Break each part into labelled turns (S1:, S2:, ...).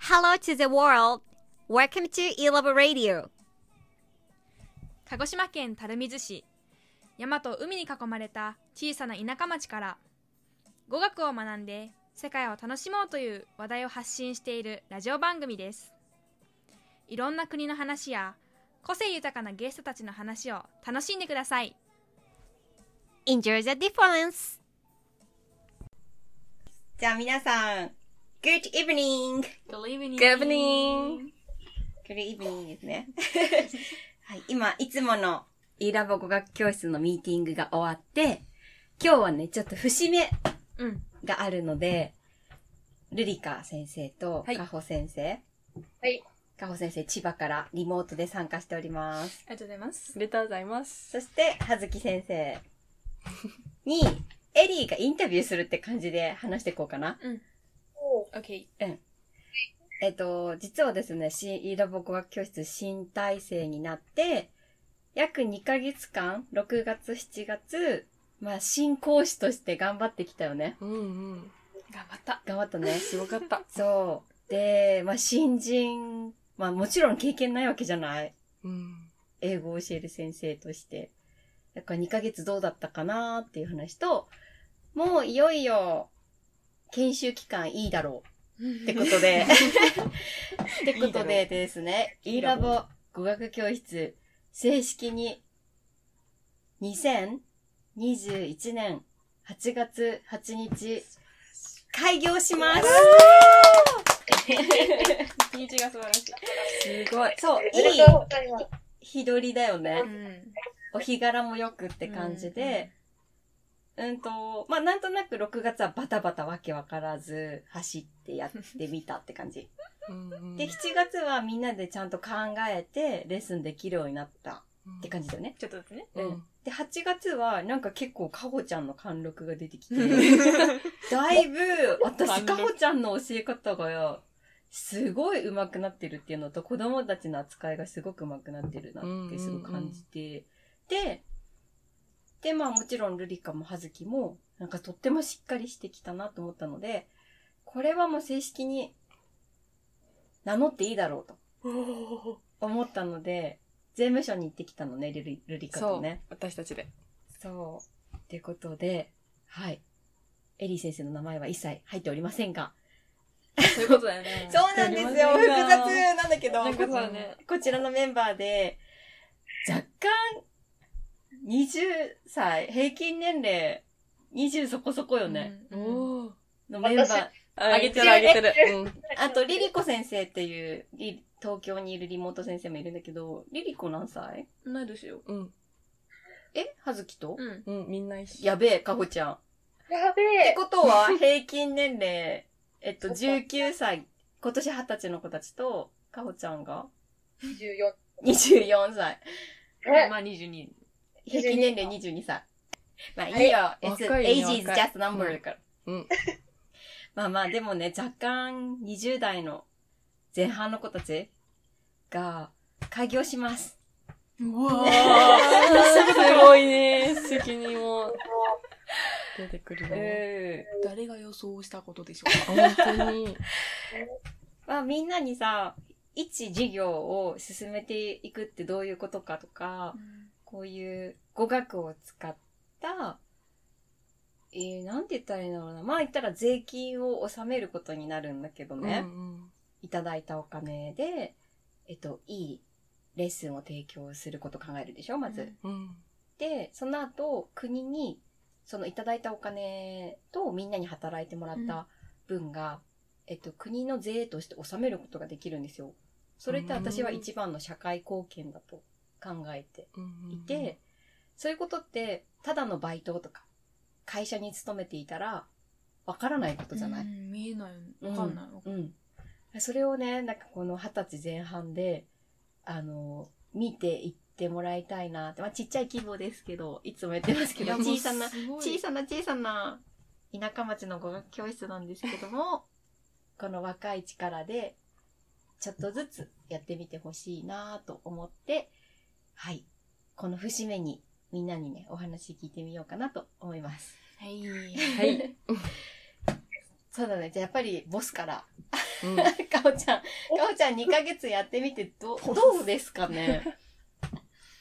S1: Hello to the world! Welcome to e l o v e Radio!
S2: 鹿児島県垂水市山と海に囲まれた小さな田舎町から語学を学んで世界を楽しもうという話題を発信しているラジオ番組ですいろんな国の話や個性豊かなゲストたちの話を楽しんでください
S1: Enjoy the difference!
S3: じゃあ皆さん、Good evening!
S2: Good evening!
S3: Good evening. Good evening ですね。 はい、今、いつもの e ラボ語学教室のミーティングが終わって、今日はね、ちょっと節目
S2: うん
S3: があるので、ルリカ先生と
S2: はい
S3: カホ先生、
S2: はい
S3: カホ先生千葉からリモートで参加しております。
S2: ありがとうございます
S4: ありがとうございます。
S3: そして、はずき先生に、エリーがインタビューするって感じで話していこうかな。
S2: OK
S3: えっと、実はですね、新、イーラボ語学教室新体制になって、約2ヶ月間、6月、7月、まあ、新講師として頑張ってきたよね。
S4: うんうん。
S2: 頑張った
S3: 頑張ったね。
S4: すごかった。
S3: そう。で、まあ、新人、まあ、もちろん経験ないわけじゃない。
S4: うん。
S3: 英語を教える先生として。だから2ヶ月どうだったかなっていう話と、もういよいよ、研修期間いいだろう。ってことで。ってことでですね、e ラボ語学教室、正式に、2021年8月8日、開業します
S4: 一日が素晴らしい。
S3: すごい。そう、いい日取りだよね。
S2: うん
S3: お日柄もよくって感じで、うんと、まあ、なんとなく6月はバタバタわけわからず走ってやってみたって感じ。
S4: うんうん
S3: で、7月はみんなでちゃんと考えてレッスンできるようになったって感じだよね。
S2: ちょっとですね
S4: うん。
S3: で、8月はなんか結構かほちゃんの貫禄が出 てきて、
S4: うん
S3: だい ぶ私
S4: 貫禄
S3: かほちゃんの教え方がすごい上手くなってるっていうのと子供たちの扱いがすごく上手くなってるなってすごい感じて、ででまあもちろんルリカも葉月もなんかとってもしっかりしてきたなと思ったのでこれはもう正式に名乗っていいだろうと思ったので税務署に行ってきたのねルリルリカ
S4: そ
S3: と
S4: う
S3: ね
S4: ね。私たちで。
S3: そう。ってことで、はい。エリー先生の名前は一切入っておりませんが。
S4: そういうことだよね
S3: そうなんですよ
S4: 入っ
S3: 複
S4: ておりませんが
S3: 雑なんだけど、
S4: なんかそうね
S3: こちらのメンバーで、若干、20歳、平均年齢、20そこそこよね。
S2: うん
S4: おー。
S3: のメンバー
S5: 私。
S4: あげてるあげてる。
S3: あと、リリコ先生っていう、リ東京にいるリモート先生もいるんだけど、リリコ何歳
S4: なるしよ。うん。
S3: えはずきと、
S2: うん
S4: うん、みんな一緒。
S3: やべえ、かほちゃん。っ
S5: やべ
S3: て
S5: え。
S3: ことは、平均年齢、えっと、19歳、今年20歳の子たちと、かほちゃんが
S5: 24。
S3: 24歳。
S5: え、
S4: まあ22。
S3: 平均年齢22歳。まあい
S5: あ
S3: い
S5: れ
S3: よ。It's
S4: 若い
S3: age
S4: ね
S3: is
S4: 若い
S3: just number だから。
S4: うん。
S3: まあまあ、でもね、若干20代の前半の子たちが開業します。
S4: うわー。すごいね。責任も出てくるね。誰が予想したことでしょうか。本当に。
S3: まあみんなにさ、一事業を進めていくってどういうことかとか、こういう語学を使った、えー、なんて言ったらいいんだろうな。まあ言ったら税金を納めることになるんだけどね。
S4: うん
S3: いただいたお金で、えっと、いいレッスンを提供することを考えるでしょ、まず。
S4: うん。うん。
S3: で、その後、国に、そのいただいたお金とみんなに働いてもらった分が、えっと、国の税として納めることができるんですよ。それって私は一番の社会貢献だと考えて
S4: うん
S3: いて、、そういうことって、ただのバイトとか、会社に勤めていたら、わからないことじゃない、
S2: うん見えない
S3: うん
S2: わかんない
S3: うん。それをね、なんかこの二十歳前半で、あの、見ていってもらいたいなって、まあちっちゃい規模ですけど、いつも言ってますけ
S4: い
S3: ど、
S4: やもう
S3: 小さな、
S4: すごい
S3: 小さな小さな田舎町の語学教室なんですけども、この若い力で、ちょっとずつやってみてほしいなと思って、はい。この節目にみんなにね、お話聞いてみようかなと思います。
S2: はい
S4: はい。
S3: そうだね。じゃあやっぱりボスから
S4: うん
S3: かおちゃん、かおちゃん2ヶ月やってみてど、どうですかね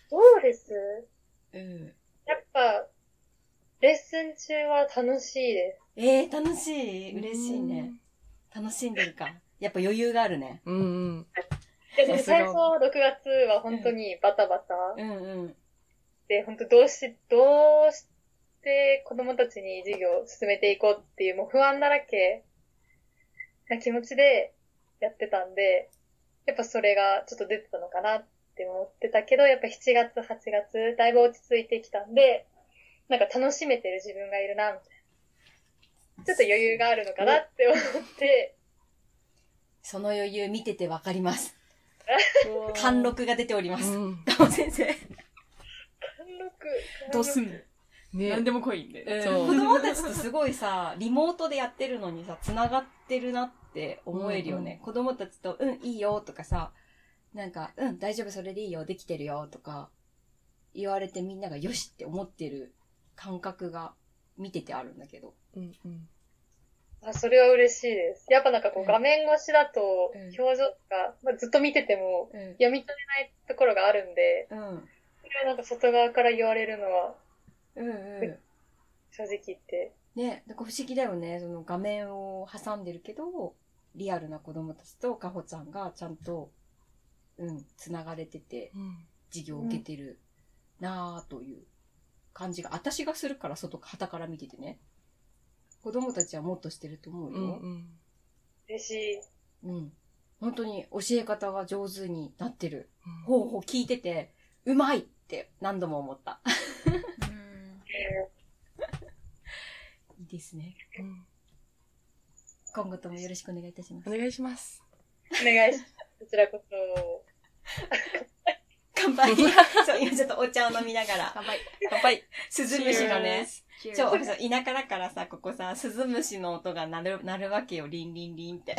S5: そうです。
S3: うん。
S5: やっぱ、レッスン中は楽しいです。
S3: えー、楽しい。嬉しいね。。楽しんでるか。やっぱ余裕があるね。
S4: うんうん。
S5: でも
S4: さすが
S5: 最初6月は本当にバタバタ
S3: うんうん。
S5: で、本当どうし、どうして子供たちに授業を進めていこうっていう、もう不安だらけな気持ちでやってたんで、やっぱそれがちょっと出てたのかなって思ってたけど、やっぱ7月、8月、だいぶ落ち着いてきたんで、なんか楽しめてる自分がいるな、みたいな。ちょっと余裕があるのかなって思って、
S3: その余裕見ててわかり ます。
S4: うわー
S3: 貫。禄が出ておりま
S4: う
S3: す。
S4: ん。
S3: かお先生。
S5: 貫禄。
S2: どうすんの
S4: ね
S2: 何。でも来いみたいな。
S4: そう
S3: 子供たちとすごいさ、リモートでやってるのにさ、繋がってるなって思えるよね。子供たちと、うん、いいよとかさ、なんか、うん、大丈夫、それでいいよ、できてるよとか、言われてみんながよしって思ってる感覚が見ててあるんだけど。
S4: うんうん。
S5: あそれは嬉しいです。やっぱなんか
S3: う
S5: こ
S3: ん
S5: う画面越しだと
S3: うん
S5: 表情とか、まあ、ずっと見てても
S3: うん。
S5: 読み取れないところがあるんで、
S3: うん。
S5: それはなんか外側から言われるのは
S3: うんう
S5: 正直言って。
S3: ん。ね、なんか不思議だよね。その画面を挟んでるけど、リアルな子供たちとかほちゃんがちゃんと、うん、繋がれてて、
S4: うん
S3: 授業を受けてるなあという感じが、私がするから外か旗から見ててね子供たちはもっとしてると思う
S4: うん
S3: よ
S4: うん。
S5: 嬉しい。
S3: うん、本当に教え方が上手になってるほうほう聞いててうまいって何度も思ったいいですね
S4: うん
S3: 今後ともよろしくお願いいたします
S4: お願いします。
S5: お願いします。こちらこそ。
S3: 乾杯 そう今ちょっとお茶を飲みながら
S4: 乾杯。乾杯。
S3: スズムシのね
S4: Cheers
S3: 超そう田舎だからさここさスズムシの音が鳴る鳴るわけよリンリンリンって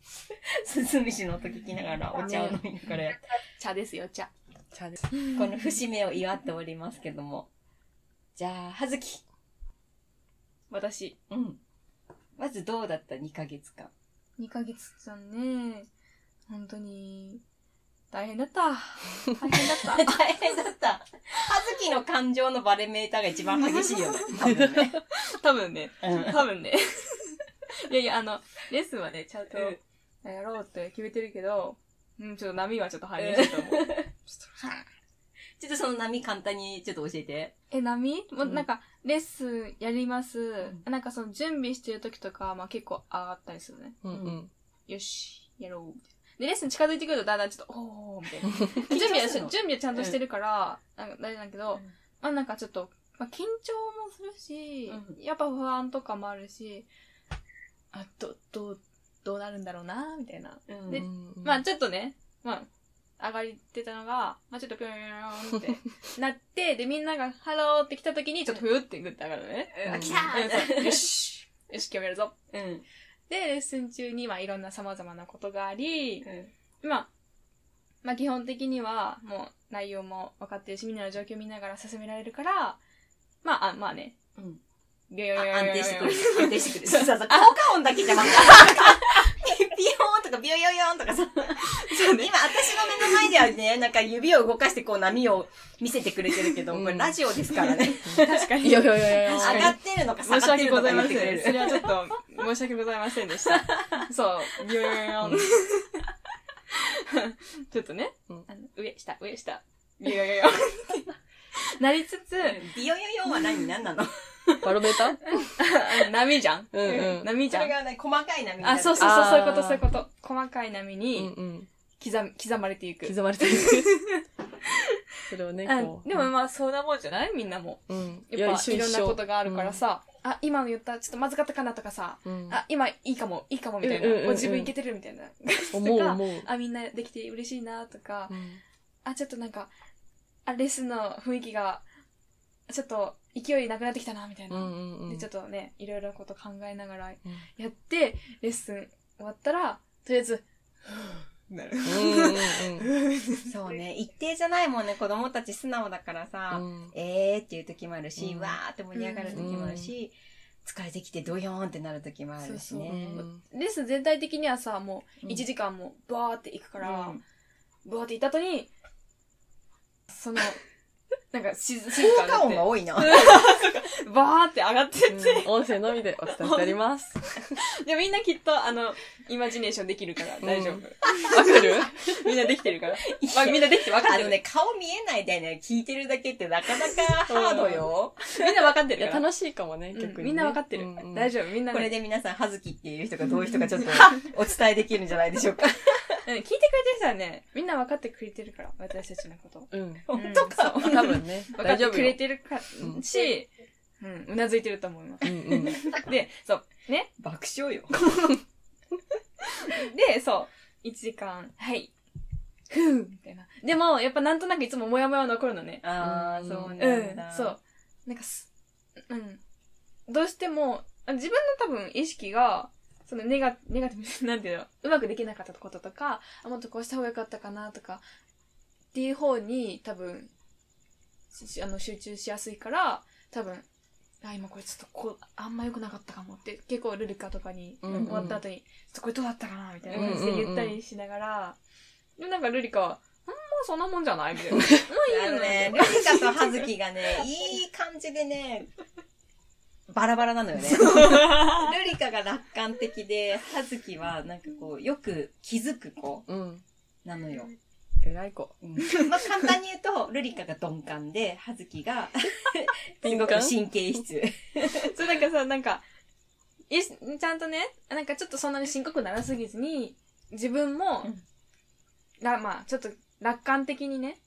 S3: スズムシの音聞きながらお茶を飲みながらやって
S2: 茶ですよ、茶。
S4: 茶です。
S3: この節目を祝っておりますけども。じゃあ、はずき。
S2: 私、
S3: うん。まずどうだった2ヶ月間。
S2: 2ヶ月間ね、本当に、大変だった。大変だった。
S3: 大変だった。はずきの感情のバレメーターが一番激し いよね。多分ね。
S2: 多分ね、
S3: うん
S2: 多分ね。いやいや、あの、レッスンはね、ちゃんとやろうって決めてるけど、うん、ちょっと波はちょっと激しいと思う。
S3: ちょっとその波簡単にちょっと教えて。
S2: え、波もう
S3: うん
S2: なんか、レッスンやります。なんかその準備してる時とか、まあ結構上がったりするね。
S4: うんうん。
S2: よし、やろう、みたいな。で、レッスン近づいてくるとだんだんちょっと、おー、みたいな。 準備はし、
S3: 緊張す
S2: 準
S3: るの
S2: 備はちゃんとしてるから、なんか大事なんだけど、
S3: うん
S2: まあなんかちょっと、まあ緊張もするし、
S3: う
S2: やっぱ不安とかもあるし、あ、ど、どう、どうなるんだろうな、みたいな。
S3: うん
S2: でまあちょっとね、まあ、上がりってたのが、まあちょっとぴょんぴょんって なって、で、みんながハローって来た時に、ちょっとふよってグッて上がるのね。
S3: うん
S2: うん
S3: 来た
S2: うん そうよしよし、決めるぞ。
S3: うん。
S2: で、レッスン中に、まあいろんな様々なことがあり、
S3: うん
S2: まあ、まあ基本的には、もう内容も分かってるし、みんなの状況見ながら進められるから、まあ、あまあね、
S3: うん。
S2: ビョヨヨヨ
S3: あ
S2: ヨヨ
S3: 安定してくる。安定してくる。
S2: そう
S3: そうそう。効果音だけじゃわかんない。ピヨーンとかビヨヨヨーンとかさ。今私の目の前ではね、なんか指を動かしてこう波を見せてくれてるけど、
S4: うん
S3: これラジオですからね。
S2: 確かに。よよよよよ
S3: 上がってるのか
S2: 申
S3: 下
S2: し
S3: がっ
S2: 訳
S3: てる
S2: ござい
S3: のか言
S2: ま
S3: ってく
S2: せ
S3: れ
S2: ん。
S3: る。
S2: それはちょっと、申し訳ございませんで した。そう、ビョヨヨヨン。ちょっとね、
S4: うん
S2: あの上、下、上、下、ビョヨヨヨンってなりつつ、
S3: ビヨヨヨーンは何何なの
S4: バロメーター
S2: あの波じゃん。
S4: うんうん
S2: 波じ
S3: そ
S2: ゃ
S3: れ
S2: ん。
S3: がね、細かい波にな
S2: あ、
S3: る
S2: そうそうそう、
S4: あー
S2: そういうこと、そういうこと。細かい波
S4: うん
S2: に
S4: うん。
S2: 刻み、刻まれていく。
S4: 刻まれてる。それをね、
S2: あ
S4: こう。
S2: でもまあ、そんなもんじゃないみんなも。
S4: うん。い
S2: や
S4: や、
S2: っぱ、
S4: 一緒
S2: いろんな
S4: 一
S2: こ
S4: 緒。
S2: とがあるからさ、あ、今の言った、ちょっとまずかったかなとかさ、
S4: うん。
S2: あ、今いいかも、いいかも、みたいな。
S4: うんうんうんうん
S2: もう自分いけてる、みたいな。
S4: 思う思 う。
S2: あ、みんなできて嬉しいな、とか
S4: う、ん
S2: あ、ちょっとなんか、あ、レッスンの雰囲気が、ちょっと勢いなくなってきたな、みたいな。
S4: うんうんうん。
S2: で、ちょっとね、いろいろなこと考えながら
S4: うん
S2: やって、レッスン終わったら、とりあえず、なる。
S4: うんうん
S3: そうね、一定じゃないもんね、子供たち素直だからさ。
S4: うん。
S3: えーっていう時もあるし、
S4: うん
S3: わーって盛り上がる時もあるし、疲れてきてドヨーンってなる時もあるしね。
S6: レッスン全体的にはさ、もう
S3: うん
S6: 1時間もバーって行く
S3: か
S6: か、
S3: らら、
S6: バーって行った後に、そ の、なんか静静
S3: 効
S6: かにな
S3: 果
S6: っ
S3: 音
S6: て
S3: が、多いな。
S6: バーって上がってって、
S4: 音声のみでお伝えしております。
S6: でみんなきっと、あの、イマジネーションできるから大丈夫。
S4: うん
S6: わ、かるみんなできてるから。まあ、みんなできて分かっ
S3: あ
S6: て
S3: の
S6: る。
S3: ね、顔見えないでね、聞いてるだけってなかなかハードよ。
S6: みんな分かって
S4: い
S6: る
S4: や、
S6: から。
S4: 楽しいかもね、
S6: うん
S4: 逆にね。
S6: みんな分かってる。大
S4: 丈
S6: 丈夫。みんな
S3: こ
S6: ね、
S3: れで皆さん、はずきっていう人がどういう人か ちょっとお伝えできるんじゃないでしょうか。
S6: うん聞いてくれてる人はね、みんな分かってくれてるから、私たちのこと。
S4: 夫。うん。
S3: 本当か。
S4: 多分ね、
S6: 分かっ
S4: 大丈
S6: て
S4: 夫
S6: くれ
S4: よ。
S6: てるか、
S4: うん
S6: し、うん、うなずいてると思いま
S4: うんうん。
S6: す。で、そう、ね。
S3: 爆笑よ。
S6: で、そう、1時間、はい。ふぅみたいな。でも、やっぱなんとなくいつもモヤモヤは残るのね。
S3: あー、
S4: うん
S3: そうなん
S6: う
S3: だ。
S6: ん、そう。なんかす、うん。どうしても、あ自分の多分意識が、そのネガ、ネガティブ、なん ていうの、うまくできなかったこととか、あもっとこうした方がよかったかなとか、っていう方に多分、ししあの集中しやすいから、多分、あ、今これちょっとこう、あんま良くなかったかもって、結構ルリカとかに、
S4: うんうん
S6: 終わった後に、ちょっとこれどうだったかなみたいな感じで言ったりしながら、でもなんかルリカは、んもうそんなもんじゃないみたいな。もうい
S3: あ
S6: い
S3: の
S6: よ
S3: ね
S6: ね、。
S3: ルリカとハズキが ね、いい感じでね、バラバラなのよね。 ルリカが楽観的で、ハズキはなんかこう、よく気づく子
S4: うん。
S3: なの よ。
S4: 偉い子。
S3: うんまあ簡単に言うと、ルリカが鈍感で、ハズキが、す
S4: 敏
S3: ごく
S4: 感
S3: 神経質。
S6: そう、なんかさ、なんか、いしちゃんとね、なんかちょっとそんなに深刻ならすぎずに、自分も、
S3: うん
S6: らまあ、ちょっと楽観的にね、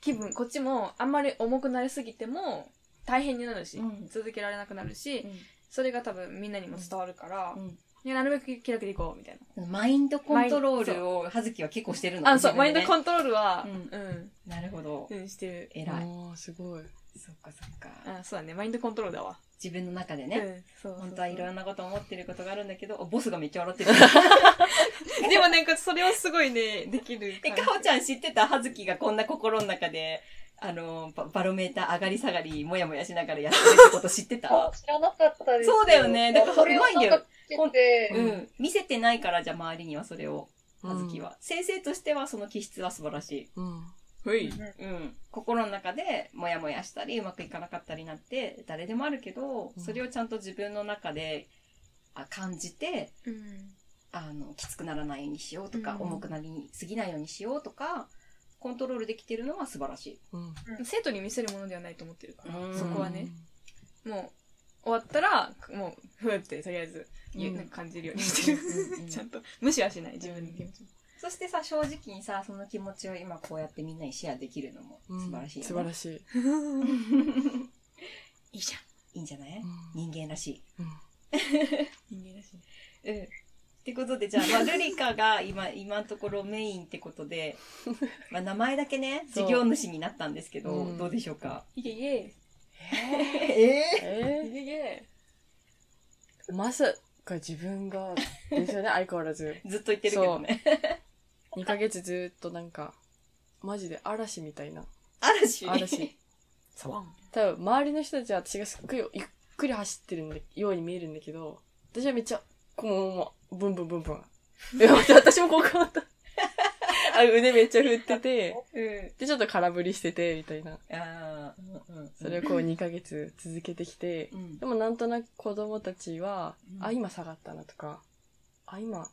S6: 気分、こっちもあんまり重くなりすぎても、大変になるし、
S3: うん
S6: 続けられなくなるし、
S3: うん
S6: それが多分みんなにも伝わるから、
S3: うん
S6: いやなるべく気楽でいこう、みたい
S3: マインドコントロールを、はずきは結構してるの
S6: な。あ、そう、マインドコ
S3: ン
S6: ントロールは、
S3: う
S6: うんん、
S3: なるほど
S6: う。ん、してる。
S3: 偉い。
S4: おー、すごい。
S3: そっかそっか。
S6: あ、そうだね、マインドコントロールだわ。
S3: 自分の中で
S6: う
S3: ね。
S6: ん、そうそうそう
S3: 本当はいろんなこと思ってることがあるんだけど、おボスがめっちゃ笑 ってる。
S6: でもなんかそれはすごいね、できる
S3: え、
S6: 感じ。
S3: かほちゃん知ってたはずきがこんな心の中で、あの、ババロメーター上がり下がり、もやもやしながらやってるってこと知って
S5: あ
S3: た、
S5: 知らなかったです。
S3: そうだよねだから
S5: それをなんか
S3: ほ
S5: 聞
S3: ん
S5: いて、
S3: うん。見せてないから、じゃあ周りにはそれを、はずき
S4: は。
S3: は。先生としてはその気質は素晴らしい。
S4: うん。
S6: ほい。
S3: うん。心の中で、もやもやしたり、うまくいかなかったりなんて、誰でもあるけど、
S4: うん
S3: それをちゃんと自分の中で、あ感じて、
S6: うん。
S3: あの、きつくならないようにしようとか、
S6: うん
S3: 重くなりすぎないようにしようとか、コントロールできてるのは素晴らしい。
S4: うん。
S6: 生徒に見せるものではないと思ってるから、
S3: うん
S6: そこはね、もう、終わったら、もう、ふーって、とりあえず、言う
S3: うん
S6: なんか感じるようにしてる
S3: うんうんう。ん
S6: ちゃんと、無視はしない、自分の気持ちも。
S3: そしてさ、正直にさ、その気持ちを今こうやってみんなにシェアできるのも
S4: うん。
S3: 素晴らしい、ね
S4: 素晴らしい。
S6: いいじゃん。
S3: いいんじゃない、
S4: うん
S3: 人間らし
S6: 人間だしね。
S3: い。うん。ってことで、じゃあ、まあ、ルリカが今、今のところメインってことで、 まあ、名前だけね、
S4: そう
S3: 事業主になったんですけど、
S4: うん
S3: どうでしょうか
S6: いけいけ。
S3: え
S4: え
S6: いけいけ。
S4: ー、まさか自分が、ですよね、相変わらず。
S3: ずっと言ってるけどね。
S4: 2ヶ月ずっとなんか、マジで嵐みたいな。
S3: 嵐。
S4: 嵐。多分、周りの人たちは私がすっごいゆっくり走ってるんでように見えるんだけど、私はめっちゃ、こう、ブンブンブンブン。え、待って私もこう変わった。あ、腕めっちゃ振ってて、
S3: うん。
S4: で、ちょっと空振りしてて、みたいな。
S3: ああ、うんうん。
S4: それをこう2ヶ月続けてきて
S3: う、ん
S4: で。もなんとなく子供たちは、
S3: うん
S4: あ、今下がったなとか、あ、今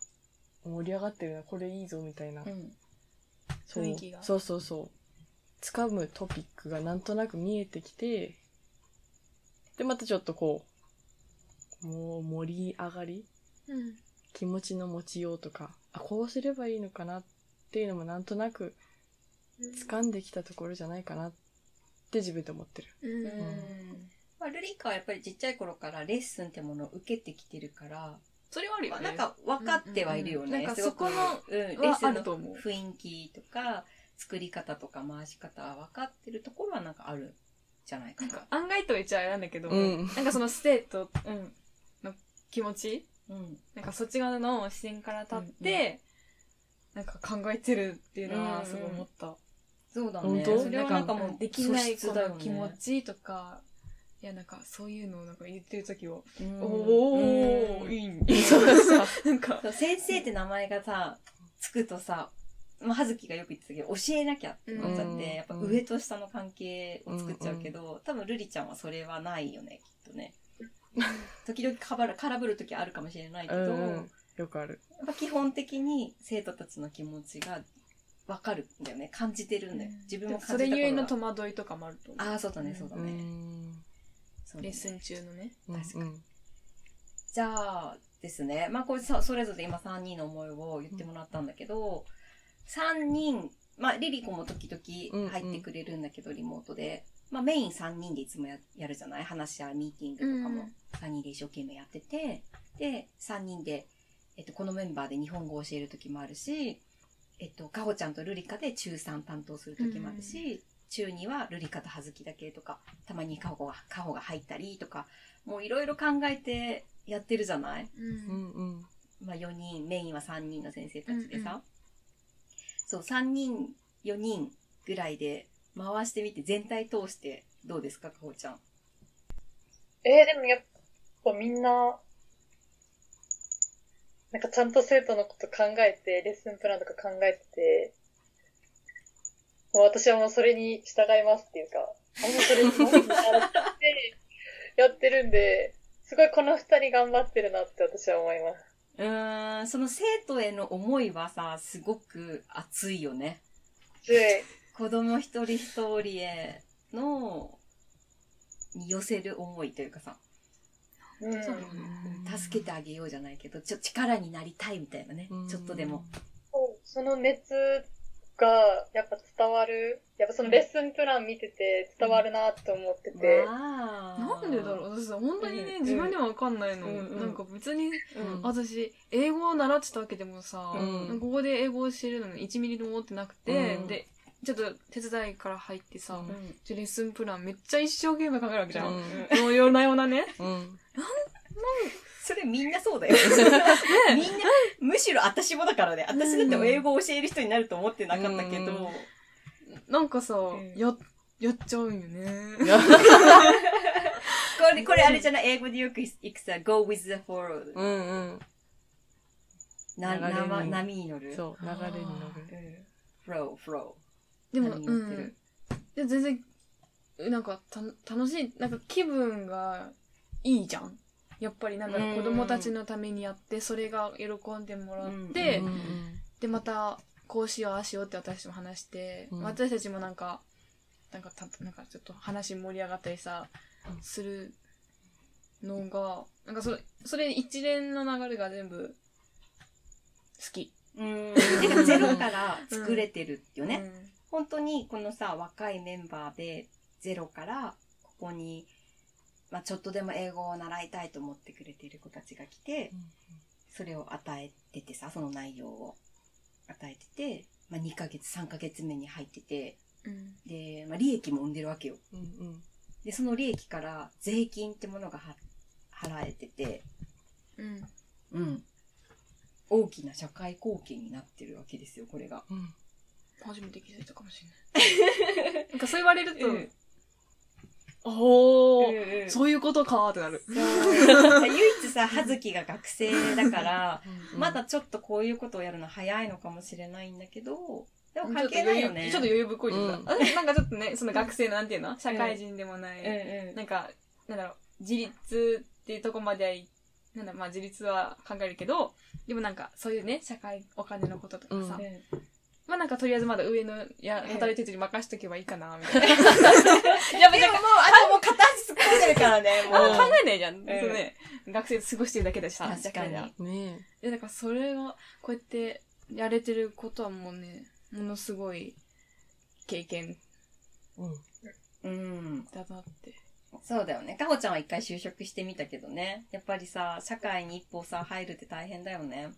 S4: 盛り上がってるな、これいいぞみたいな
S3: う。ん。
S4: そう
S6: 雰囲気が
S4: そうそうそう。掴むトピックがなんとなく見えてきて、で、またちょっとこう、もう盛り上がり
S6: うん。
S4: 気持ちの持ちようとか、あ、こうすればいいのかなっていうのもなんとなく掴んできたところじゃないかなって自分で思ってる。
S6: う
S3: うんまあ、ルリカはやっぱりちっちゃい頃からレッスンってものを受けてきてるから、
S6: それはあるよね。
S3: なん、か分かってはいるよね。
S6: うんうんうんなんか
S3: すごく
S6: そこの
S3: うん、レッ
S6: は
S3: ス
S6: あ
S3: ンの
S6: ると思う。
S3: 雰囲気とか作り方とか回し方は分かってるところはなんかあるんじゃないか
S6: な
S3: なん
S6: か、案外と言っちゃあれなんだけど、
S4: うん
S6: なんかそのステート、うん、の気持ち
S3: うん
S6: なんかそっち側の視線から立って、なんか考えてるっていうのはすごい思った。
S3: そうだ
S4: 本
S3: ね
S4: 当
S3: それはなんかもう
S6: できない
S3: 素
S6: 子
S3: 質だよ
S6: の
S3: ね
S6: 気持ちとか、いや、なんか、そういうのをなんか言ってる時を、
S3: うん
S6: お
S3: う
S6: ー、
S3: ん
S6: いい、
S4: そうださ。
S6: なんか、
S3: そう先生って名前がさつくとさまあ、葉月がよく言ってたけど教えなきゃってなっちゃって、
S4: うん
S3: やっぱ上と下の関係を作っちゃうけど、多分ルリちゃんはそれはないよねきっとね時々かばら空振る時あるかもしれないけ
S4: う
S3: ど、
S4: ん
S3: や
S4: う
S3: っ
S4: ん。よくある。
S3: ぱ基本的に生徒たちの気持ちが分かるんだよね感じてるんだよ自分も
S6: そ
S3: 感じ
S6: れ
S3: た
S6: ゆえ
S3: 頃
S6: の
S3: は
S6: 戸惑いとかもあると思う。
S3: ああそうだねそうだ
S4: う
S3: ね、
S4: ん。
S3: そうだ
S6: レ
S3: ね
S6: ッスン中のね。
S3: 確か
S4: に。
S3: じゃあですね、まあ、これさそれぞれ今3人の思いを言ってもらったんだけど、3人、まあ、リリコも時々入ってくれるんだけど、リモートで、まあ、メイン3人でいつもややるじゃない話し合いミーティングとかも3人で一生懸命やってて、で、3人で、えっと、このメンバーで日本語を教える時もあるし、えっと、かほちゃんとルリカで中3担当する時もあるし、中2はルリカと葉月だけとか、たまにカホが、カホが入ったりとか、もういろいろ考えてやってるじゃない
S4: うんうん。
S3: まあ4人、メインは3人の先生たちでさ。
S2: うん
S3: そう、3人、4人ぐらいで回してみて、全体通してどうですか、かほちゃん。
S5: えー、でもやっぱみんな、なんかちゃんと生徒のこと考えて、レッスンプランとか考えてて、もう私はもうそれに従いますっていうか、あんまそれに文句にならなくてやってるんで、すごいこの二人頑張ってるなって私は思います。
S3: うーん、その生徒への思いはさ、すごく熱いよね。
S5: で、
S3: 子供一人一人への、に寄せる思いというかさ、
S5: うん。
S6: そう
S3: 助けてあげようじゃないけど、ちょ、力になりたいみたいなね
S4: うん。
S3: ちょっとでも。
S5: そうその熱がやっぱ伝わる、やっぱそのレッスンプラン見てて伝わるなって思ってて、
S3: わー
S6: なんでだろう私さ、本当に
S3: う
S6: ね、
S3: ん
S6: 自分でもわかんないの。
S3: うんうん
S6: なんか別に、
S3: うん
S6: 私、英語を習ってたわけでもさ、
S4: うん
S6: ここで英語を教えるのに1ミリも思ってなくて、
S4: うん
S6: で、ちょっと手伝いから入ってさ、
S4: うん
S3: うん
S6: じゃあレッスンプランめっちゃ一生懸命考えるわけじゃん。
S4: う
S6: もういろんなようなね。
S4: うん。
S3: それみんなそうだよ。みんな、むしろ私もだからね。私だって英語を教える人になると思ってなかったけ
S4: う
S3: ど、
S4: ん
S6: なんかさ、
S3: ん
S6: や、やっちゃうんよね。
S4: いや
S3: これ、これあれじゃない英語でよくいくさ、go with the flow.
S4: うん
S3: な
S4: 流れに
S3: な波に乗
S4: う
S3: る。
S4: ん。そう、流れに乗る。
S3: うん。flow, flow.
S6: でも、
S3: 波に
S6: う
S3: 乗って
S6: ん
S3: る。。
S6: で全然、なんかた、楽しい、なんか気分がいいじゃん。やっぱりなんだろ
S3: う
S6: うん子供たちのためにやって、それが喜んでもらっ
S3: う
S6: て、
S3: ん
S6: で、また、こうしよう、ああしようって私たちも話して、
S4: うん
S6: 私たちもなんか、なんかた、なんかちょっと話盛り上がったりさ
S4: う、ん
S6: するのが、なんかそれ、それ一連の流れが全部、好き。
S3: うん。でもゼロから作れてるよね。
S6: うん
S3: 本当にこのさ若いメンバーでゼロからここに、まあ、ちょっとでも英語を習いたいと思ってくれている子たちが来て、
S4: うんうん
S3: それを与えててさその内容を与えてて、まあ、2ヶ月3ヶ月目に入ってて
S6: うん
S3: で、まあ、利益も生んでるわけよ
S4: うんうん。
S3: でその利益から税金ってものがは払えてて、
S6: うん。
S3: うん、大きな社会貢献になってるわけですよこれが。
S4: うん
S6: 初めて気づいたかもしれない。なんかそう言われると、
S3: うん
S6: おー、
S3: うんうん
S6: そういうことかーってなる。
S3: そう 唯一さ、葉月が学生だから、
S4: うん
S3: まだちょっとこういうことをやるの早いのかもしれないんだけど、でも
S6: ちょ
S3: 関
S6: っと
S3: 係ないよね。
S6: 余裕ちょっと余裕ぶっこいてた。
S4: うん
S6: あ なんかちょっとね、その学生のなんていうの社会人でもない、
S3: うん
S6: なんか、なんだろう、自立っていうとこまではい、なんだろうまあ自立は考えるけど、でもなんか、そういうね、社会、お金のこととかさ、
S4: う
S3: う
S6: まあなんかとりあえずまだ上のや
S3: うん
S6: 働いてる人に任しとけばいいかな、みたいな。やっぱ
S3: ん。で
S6: なん
S3: ももう
S6: か、、
S3: あともう片足突っ込んでるからね、も
S6: あん
S3: う。
S6: ま 考えないじゃん。
S3: ん
S6: そうね、学生過ごしてるだけだしさ、
S3: 確かに。
S4: ね
S6: で、だからそれが、こうやってやれてることはもうね、ものすごい経験
S4: え。うん。
S3: うん。
S6: だなって。
S3: そうだよね。かほちゃんは一回就職してみたけどね。やっぱりさ、社会に一歩さ、入るって大変だよね。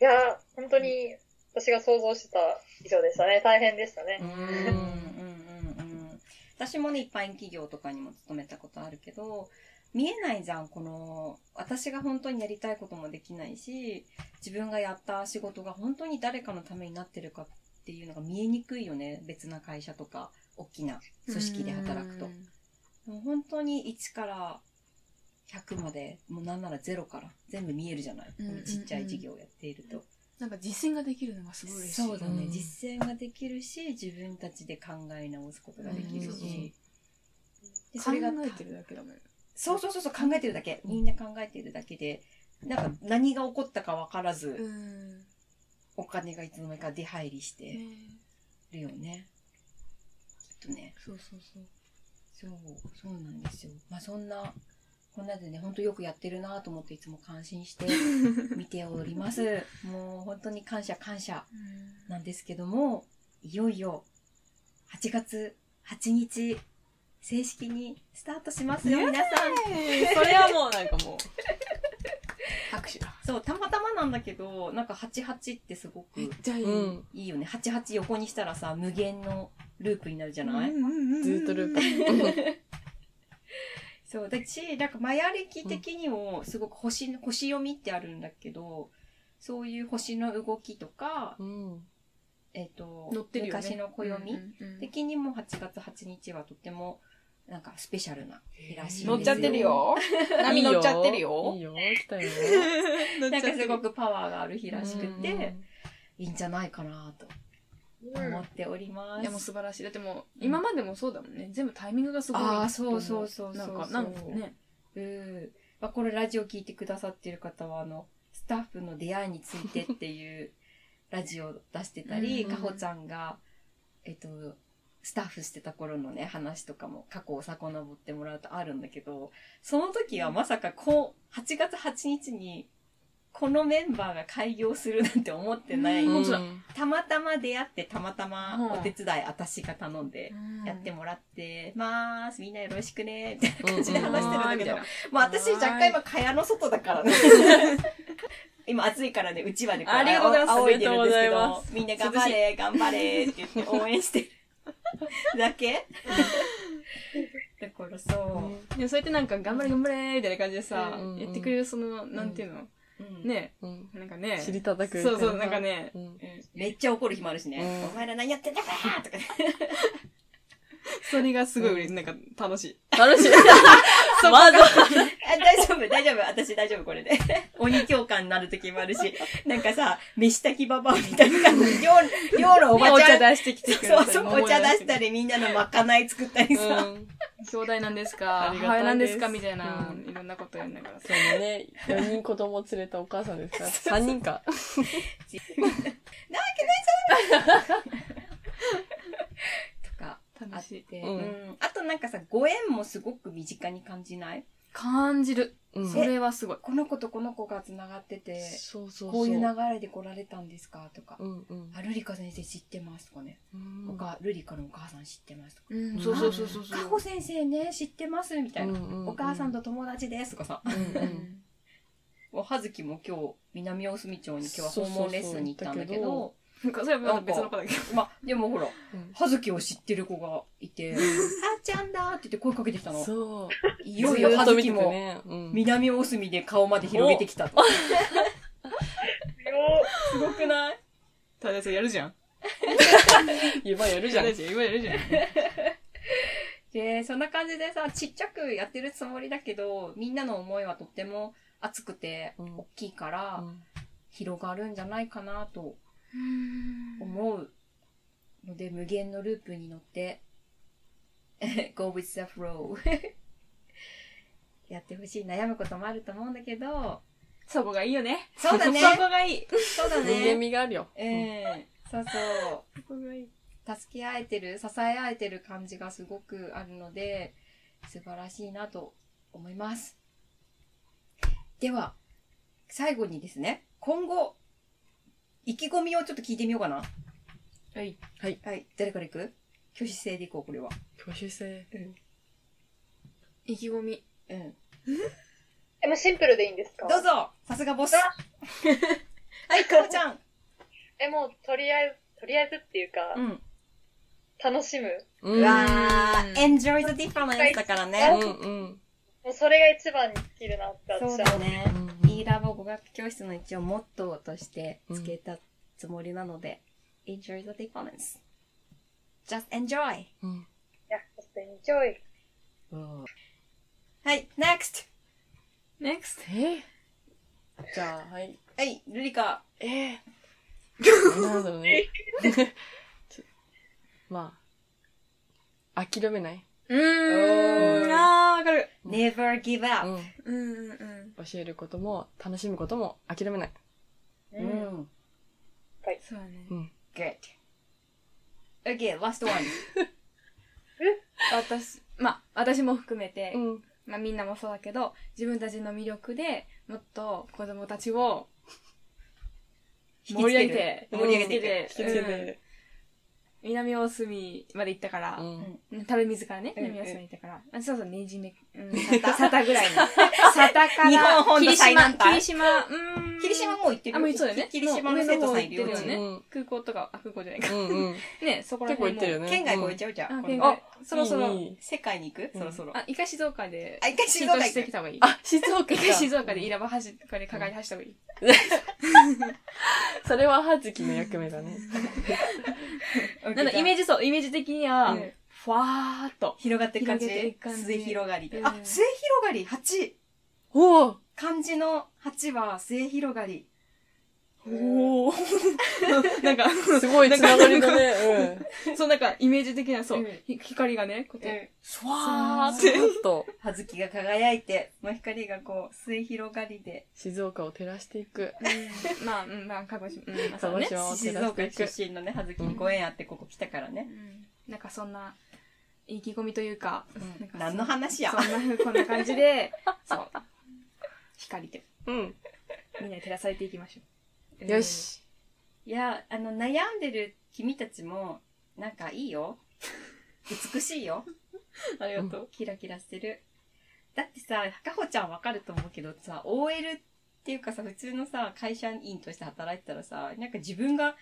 S5: いや、本当に私が想像してた以上でしたね。大変でしたね。
S3: うんうんうんうん私もね、一般企業とかにも勤めたことあるけど、見えないじゃん、この、私が本当にやりたいこともできないし、自分がやった仕事が本当に誰かのためになってるかっていうのが見えにくいよね、別な会社とか、大きな組織で働くと。もう本当に1から100まで、もうなんなら0から全部見えるじゃない。
S6: うんうんうん
S3: ちっちゃい事業をやっていると。
S6: なんか実践ができるのがすごい嬉しい。
S3: そうだね、
S4: うん
S3: 実践ができるし自分たちで考え直すことができる
S4: うんそうそう
S3: し、でそ
S6: 考
S3: れが
S6: えてるだけだもん。
S3: そうそうそうそう考えてるだけみんな考えてるだけでなんか何が起こったか分からず、
S6: うん。ね
S3: お金がいつの間にか出入りしてるよね。ちょっとね
S6: そうそうそう。
S3: そうそうなんですよ。まあそんなこんなでね、ほんとよくやってるなと思っていつも感心 して見ております。もう本当に感謝感謝。なんですけども、いよいよ8月8日、正式にスタートしますよ、皆さん。
S4: それはもうなんかもう、拍手だ。
S3: そう、たまたまなんだけど、なんか88ってすご
S6: めっ
S3: く
S6: ちゃいい。
S4: うん。
S3: いいよね。88横にしたらさ、無限のループになるじゃない、
S4: ずーっとループ。
S3: そう、だし、なんかマヤ暦的にもすごく星の、星読みってあるんだけど、そういう星の動きとか、
S4: うん。
S3: えっ、と、
S6: 乗ってるよね
S3: 昔の暦
S6: うんうん
S3: 的にも8月8日はとてもなんかスペシャルな日らしいです
S4: 乗っちゃってる。
S6: 波乗っちゃってる
S4: い
S6: よ。
S4: いよ、来たよ。
S3: なんかすごくパワーがある日らしく
S4: うん
S3: て、いいんじゃないかなと思っております。
S6: いやもう素晴らしい。だってもう、今までもそうだもんね。全部タイミングがすごい。
S3: あーそうそうそう
S6: な
S3: そうん
S6: か、なんかね。
S3: うんまあ、これラジオ聞いてくださってる方は、あの、スタッフの出会いについてっていうラジオを出してたり、
S6: うん
S3: かほちゃんが、えっと、スタッフしてた頃のね、話とかも過去を遡ってもらうとあるんだけど、その時はまさかこう、8月8日に、このメンバーが開業するなんて思ってない。
S4: うん
S6: 本当だ
S3: たまたま出会って、たまたまお手伝い私が頼んでやって
S6: も
S3: もらってます。みんなよろしくね。みたいな
S4: うん
S3: 感じで話してるんだけど、まあ私
S6: はーい
S3: 若干今蚊帳の外だから ね。今暑いからね、うちわでこ
S4: ありがとうございます
S3: あお仰いでるんですけ
S4: ありがとうござい
S3: ど、みんな頑張れ、頑張れって言って応援してるだけ。だからそ
S6: でもそうやってなんか、頑張れ頑張れみたいな感じでさ
S4: うん、
S6: やってくれるその、なんていうの
S3: う、うん
S6: ね。
S4: うん。
S6: なんかね。
S4: 尻叩く。
S6: そうそう、なんか。ね。
S4: うん。
S3: めっちゃ怒る日もあるしね、
S4: うん
S3: お前ら何やってんだからとかね。
S6: それがすごい、なんか楽しい。
S4: 楽 しい。まだ。
S3: あ大丈夫、大丈夫、私大丈夫、これで。鬼教官になる時もあるし、なんかさ、飯炊きババアみたいな感じで、寮寮のおば
S6: お
S3: ちゃん。
S6: 茶出してきてくれ
S3: そうそう、お茶出した
S6: り。
S3: り、みんなのまかない作ったりさ。
S4: うん。
S6: 兄弟なんです
S4: あ
S6: か
S4: りがたい
S6: 母
S4: です
S6: 親なんですかみたいな
S4: う、ん
S6: いろんなことやりながらさ。
S4: そうだね、4人子供連れたお母さん ですから、3人か。
S3: とかあ
S6: 楽
S3: っ
S6: してい。、
S3: う
S4: うん
S3: んあとなんかさご縁もすごく身近に感じない
S6: 感じる。
S4: うん
S6: それはすごい。
S3: この子とこの子がつながってて
S4: そうそうそう。
S3: こういう流れで来られたんですかとか、
S4: うんうん。
S3: あルリカ先生知ってますとかね、
S4: うん
S3: 他ルリカのお母さん知ってますとか、
S6: うんそうそうそうそう。
S3: カホ先生ね知ってますみたいな、
S4: うん
S3: お母さんと友達ですとかさ、
S4: うんう。
S6: うんん
S3: もう葉月も今日南大隅町に今日は
S4: そうそうそう
S3: 訪問レッスンに行ったんだけど
S4: だけど
S6: なんかそれはまた別の子だけど。
S3: まあでもほ
S4: う
S3: ら
S4: ん
S3: 葉月を知ってる子がいて「あーちゃんだ」って言って声かけてきたの
S4: そう。
S3: いよいよ葉月も
S4: ね。うん。
S3: 南大隅で顔まで広げてきたと。すごくない
S6: ただそれやるじゃん。
S4: 今やるじゃん。
S6: ん。今やるじゃん。
S3: で、そんな感じでさ、ちっちゃくやってるつもりだけど、みんなの思いはとっても熱くて、
S4: うん
S3: 大きいから、
S4: うん
S3: 広がるんじゃないかなと思うので、無限のループに乗って、go with the flow やってほしい。悩むこともあると思うんだけど、
S6: そこがいいよね。
S3: そうだね
S6: そこがいい。
S3: そうだ
S4: 人間
S3: ね。
S4: 味があるよ。
S3: うん。そうそう。
S6: そこがいい。
S3: 助け合えてる支え合えてる感じがすごくあるので素晴らしいなと思いますでは最後にですね今後意気込みをちょっと聞いてみようかな
S4: はい。はい。
S3: はい誰からいく挙手制でいこうこれは
S4: 挙手制。
S6: 意気込み。
S3: うん
S5: え、もうシンプルでいいんですか
S3: どうぞさすがボス はいかおちゃん
S5: え、もうとりあえず、とりあえずっていうか、
S3: うん
S5: 楽しむ。
S4: う
S3: うわー
S6: うん
S3: Enjoy the difference だから
S5: ー
S4: う
S3: ね
S4: んうん。
S5: もうそれが一番に尽きるなって
S3: そう
S5: 私
S3: だ
S5: は。
S3: ね e ラボ語学教室の一応モットーとしてつけたつもりなので、Enjoy the difference. Just enjoy.
S4: うん
S5: いや、ちょっとエンジョイ。
S4: うん
S3: はい、NEXT!
S6: NEXT
S4: えじゃあ、はい。
S3: はい、ルリカ。
S4: えー、なんだろうね。ちょまあ、諦めない、
S3: お
S6: うー
S3: ー
S6: んあーわかる
S3: Never give
S4: う
S3: up!
S4: ん、
S6: うんうんうん
S4: 教えることも、楽しむことも諦めない。
S3: うん。
S6: そうだね
S4: うん。
S3: Good. Okay, last one.
S6: 私まあ私も含めて、
S4: うん。
S6: まあみんなもそうだけど自分たちの魅力でもっと子供たちを
S3: 引
S6: 盛り上げて
S3: 盛り上げて
S4: 引き継いで。
S6: うん南大隅まで行ったから、
S4: う。
S6: うんん、垂水からね
S3: うんうん
S6: 南大隅行ったから、あそうそうねじめ、うん、 佐田佐田ぐらいの佐田から
S3: 日本本土
S6: 霧
S3: 最
S6: 島
S3: 南端
S6: 霧島うーん
S3: 霧島もう行ってる
S6: あもうそうだよね
S3: 霧島の生徒さんいるよ
S6: もう上の方行ってるよ
S4: う
S6: ね
S4: ん。
S6: 空港とかあ空港じゃない
S4: うん
S6: か
S4: うん。
S6: ねそこら
S4: 結構
S6: 辺
S4: 行
S6: も
S4: ってるよね。
S3: 県外越え
S4: ゃ
S3: ちゃうじゃ
S6: あ
S3: ん。
S6: 県
S3: 今
S6: 外
S3: 度
S6: そろそろ
S4: いいいい
S3: 世界に行くそろそろ。
S6: あ一回静岡で
S3: あ、一回
S6: 浸
S3: 静
S6: 透
S3: 岡
S6: し
S3: 行
S6: て
S3: く
S6: き。た方がいい
S4: あ、静岡
S6: 一回静岡で
S4: い
S6: イラバ走ってこれ加害走った方がいい
S4: それは葉月の役目だね。
S6: なんだ、イメー
S3: ジ
S6: ジそう、イメージ的には、
S4: うん
S6: ふわーっと。
S3: 広がっていく感じ
S6: 広げていく感じ
S3: 末広がりで。
S6: うん
S3: あ、末広がり 8!
S4: おお
S3: 漢字の8は末広がり。、
S6: おお。 なんか、
S4: すごいつながりだね。
S6: そう、なんか、イメージ的な、そううんひ光がね、こうやって。
S3: ス ワ
S4: うん。
S3: ー
S4: ず
S3: って。
S4: っと
S3: 葉月が輝いて、その光がこう、末広がりで。
S4: 静岡を照らしていく。
S6: うんまあ、うん、まあ、鹿児島、うん、まあ、
S4: 鹿
S6: そう
S4: 児
S6: ね。
S4: 島を照
S3: 静
S4: らして
S3: 岡
S4: いく。
S3: 出身のね、葉月にご縁あってここ来たから
S6: う
S3: ね。
S6: んなんか、そんな、意気込みというか、なんか
S3: 何の話や
S6: そんな風、こんな感じで、 そう、光で、
S4: うん。
S6: みんなに照らされていきましょう。
S4: よ。し。
S3: いや、あの、悩んでる君たちも、なんかいいよ。美しいよ。
S6: ありがとう。
S3: キラキラしてる。だってさ、かほちゃんわかると思うけどさ、OL っていうかさ、普通のさ、会社員として働いてたらさ、なんか自分が、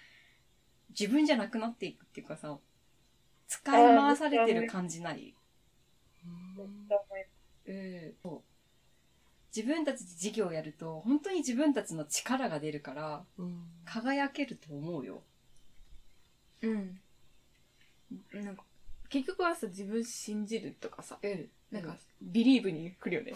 S3: 自分じゃなくなっていくっていうかさ、使い回されてる感じないうん。そう自分たちで事業をやると、本当に自分たちの力が出るから、
S4: うん
S3: 輝けると思うよ。
S6: うん。なんか、結局はさ、自分信じるとかさ、
S3: うん。
S6: なんか、ビリーブに来るよね。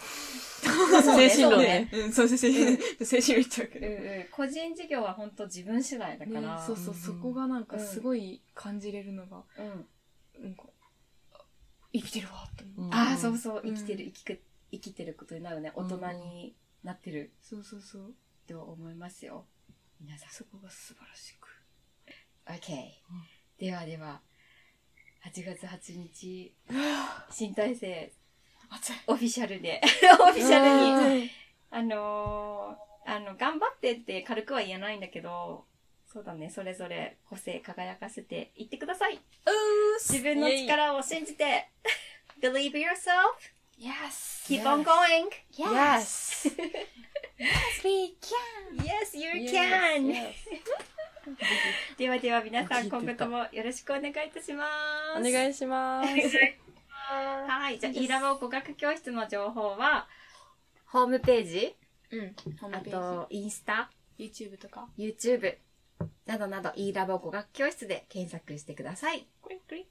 S4: 精神論ね。
S6: うん、そうそう、精神、精神論言っちゃうけ
S3: うん
S6: ど。
S3: うん。個人事業は本当自分次第だから、
S6: ね、そうそう、
S4: うん
S6: そこがなんかすごい感じれるのが、
S3: うん。
S6: なんか、生きてるわって思う。
S3: ああ、そう
S4: う
S3: そう、
S6: う
S3: 生
S6: ん
S3: きてる、生きく、生きてることになるね。大人になってる
S6: そうそうそう。
S3: と思いますよ。皆さん。
S6: そこが素晴らしく。
S3: OK。ではでは、8月8日、新体制、オフィシャルで、 オフィシャルに、
S4: ルに。
S3: あのーあの、頑張ってって軽くは言えないんだけど、そうだね、それぞれ個性輝かせていってください。自分の力を信じて、believe yourself,
S6: Yes!
S3: keep on going,
S4: Yes!
S6: we
S3: yes, you can! ではでは皆さ
S4: 聞い
S3: ん、
S4: てた
S3: 今後ともよろしくお願いいたします。
S4: お願いし ます。
S3: はい、じゃあ、イーラボ語学教室の情報は、ホームページ、
S6: うん。ホー
S3: あ
S6: ムペ
S3: と、
S6: ー
S3: インスタ、
S6: ジ。YouTube とか。
S3: YouTube などなど e ラボ語学教室で検索してください。
S6: クリッククリ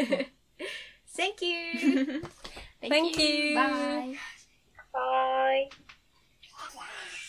S6: ック。
S3: Thank you!
S6: Thank you!
S3: Bye!